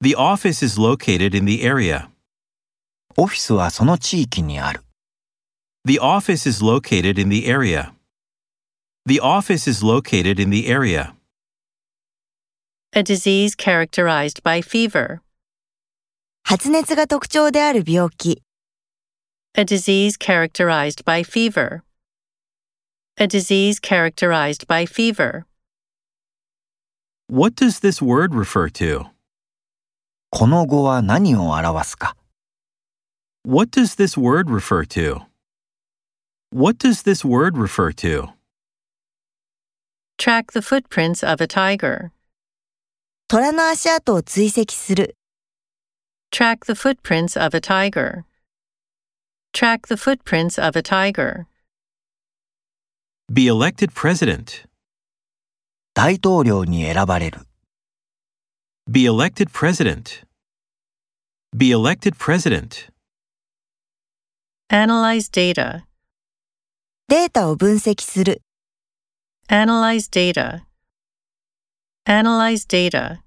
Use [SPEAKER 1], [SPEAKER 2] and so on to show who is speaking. [SPEAKER 1] The office is located in the area.
[SPEAKER 2] オフィスはその地域にある。
[SPEAKER 1] The office is located in the area. The office is located in the area.
[SPEAKER 3] a disease characterized by fever,
[SPEAKER 4] 発熱が特徴である病気、
[SPEAKER 3] a disease characterized by fever, a disease characterized by fever.
[SPEAKER 1] What does this word refer to?
[SPEAKER 2] この語は何を表すか
[SPEAKER 1] What does this word refer to? What does this word refer to?
[SPEAKER 3] Track the footprints of a tiger.
[SPEAKER 4] 虎の足跡を追跡する、
[SPEAKER 3] Track the footprints of a tiger. Track the footprints of a tiger.
[SPEAKER 1] Be elected president.
[SPEAKER 2] 大統領に選ばれる。
[SPEAKER 1] Be elected president. Be elected president.
[SPEAKER 3] Analyze data.
[SPEAKER 4] データを分析する。
[SPEAKER 3] Analyze data. Analyze data.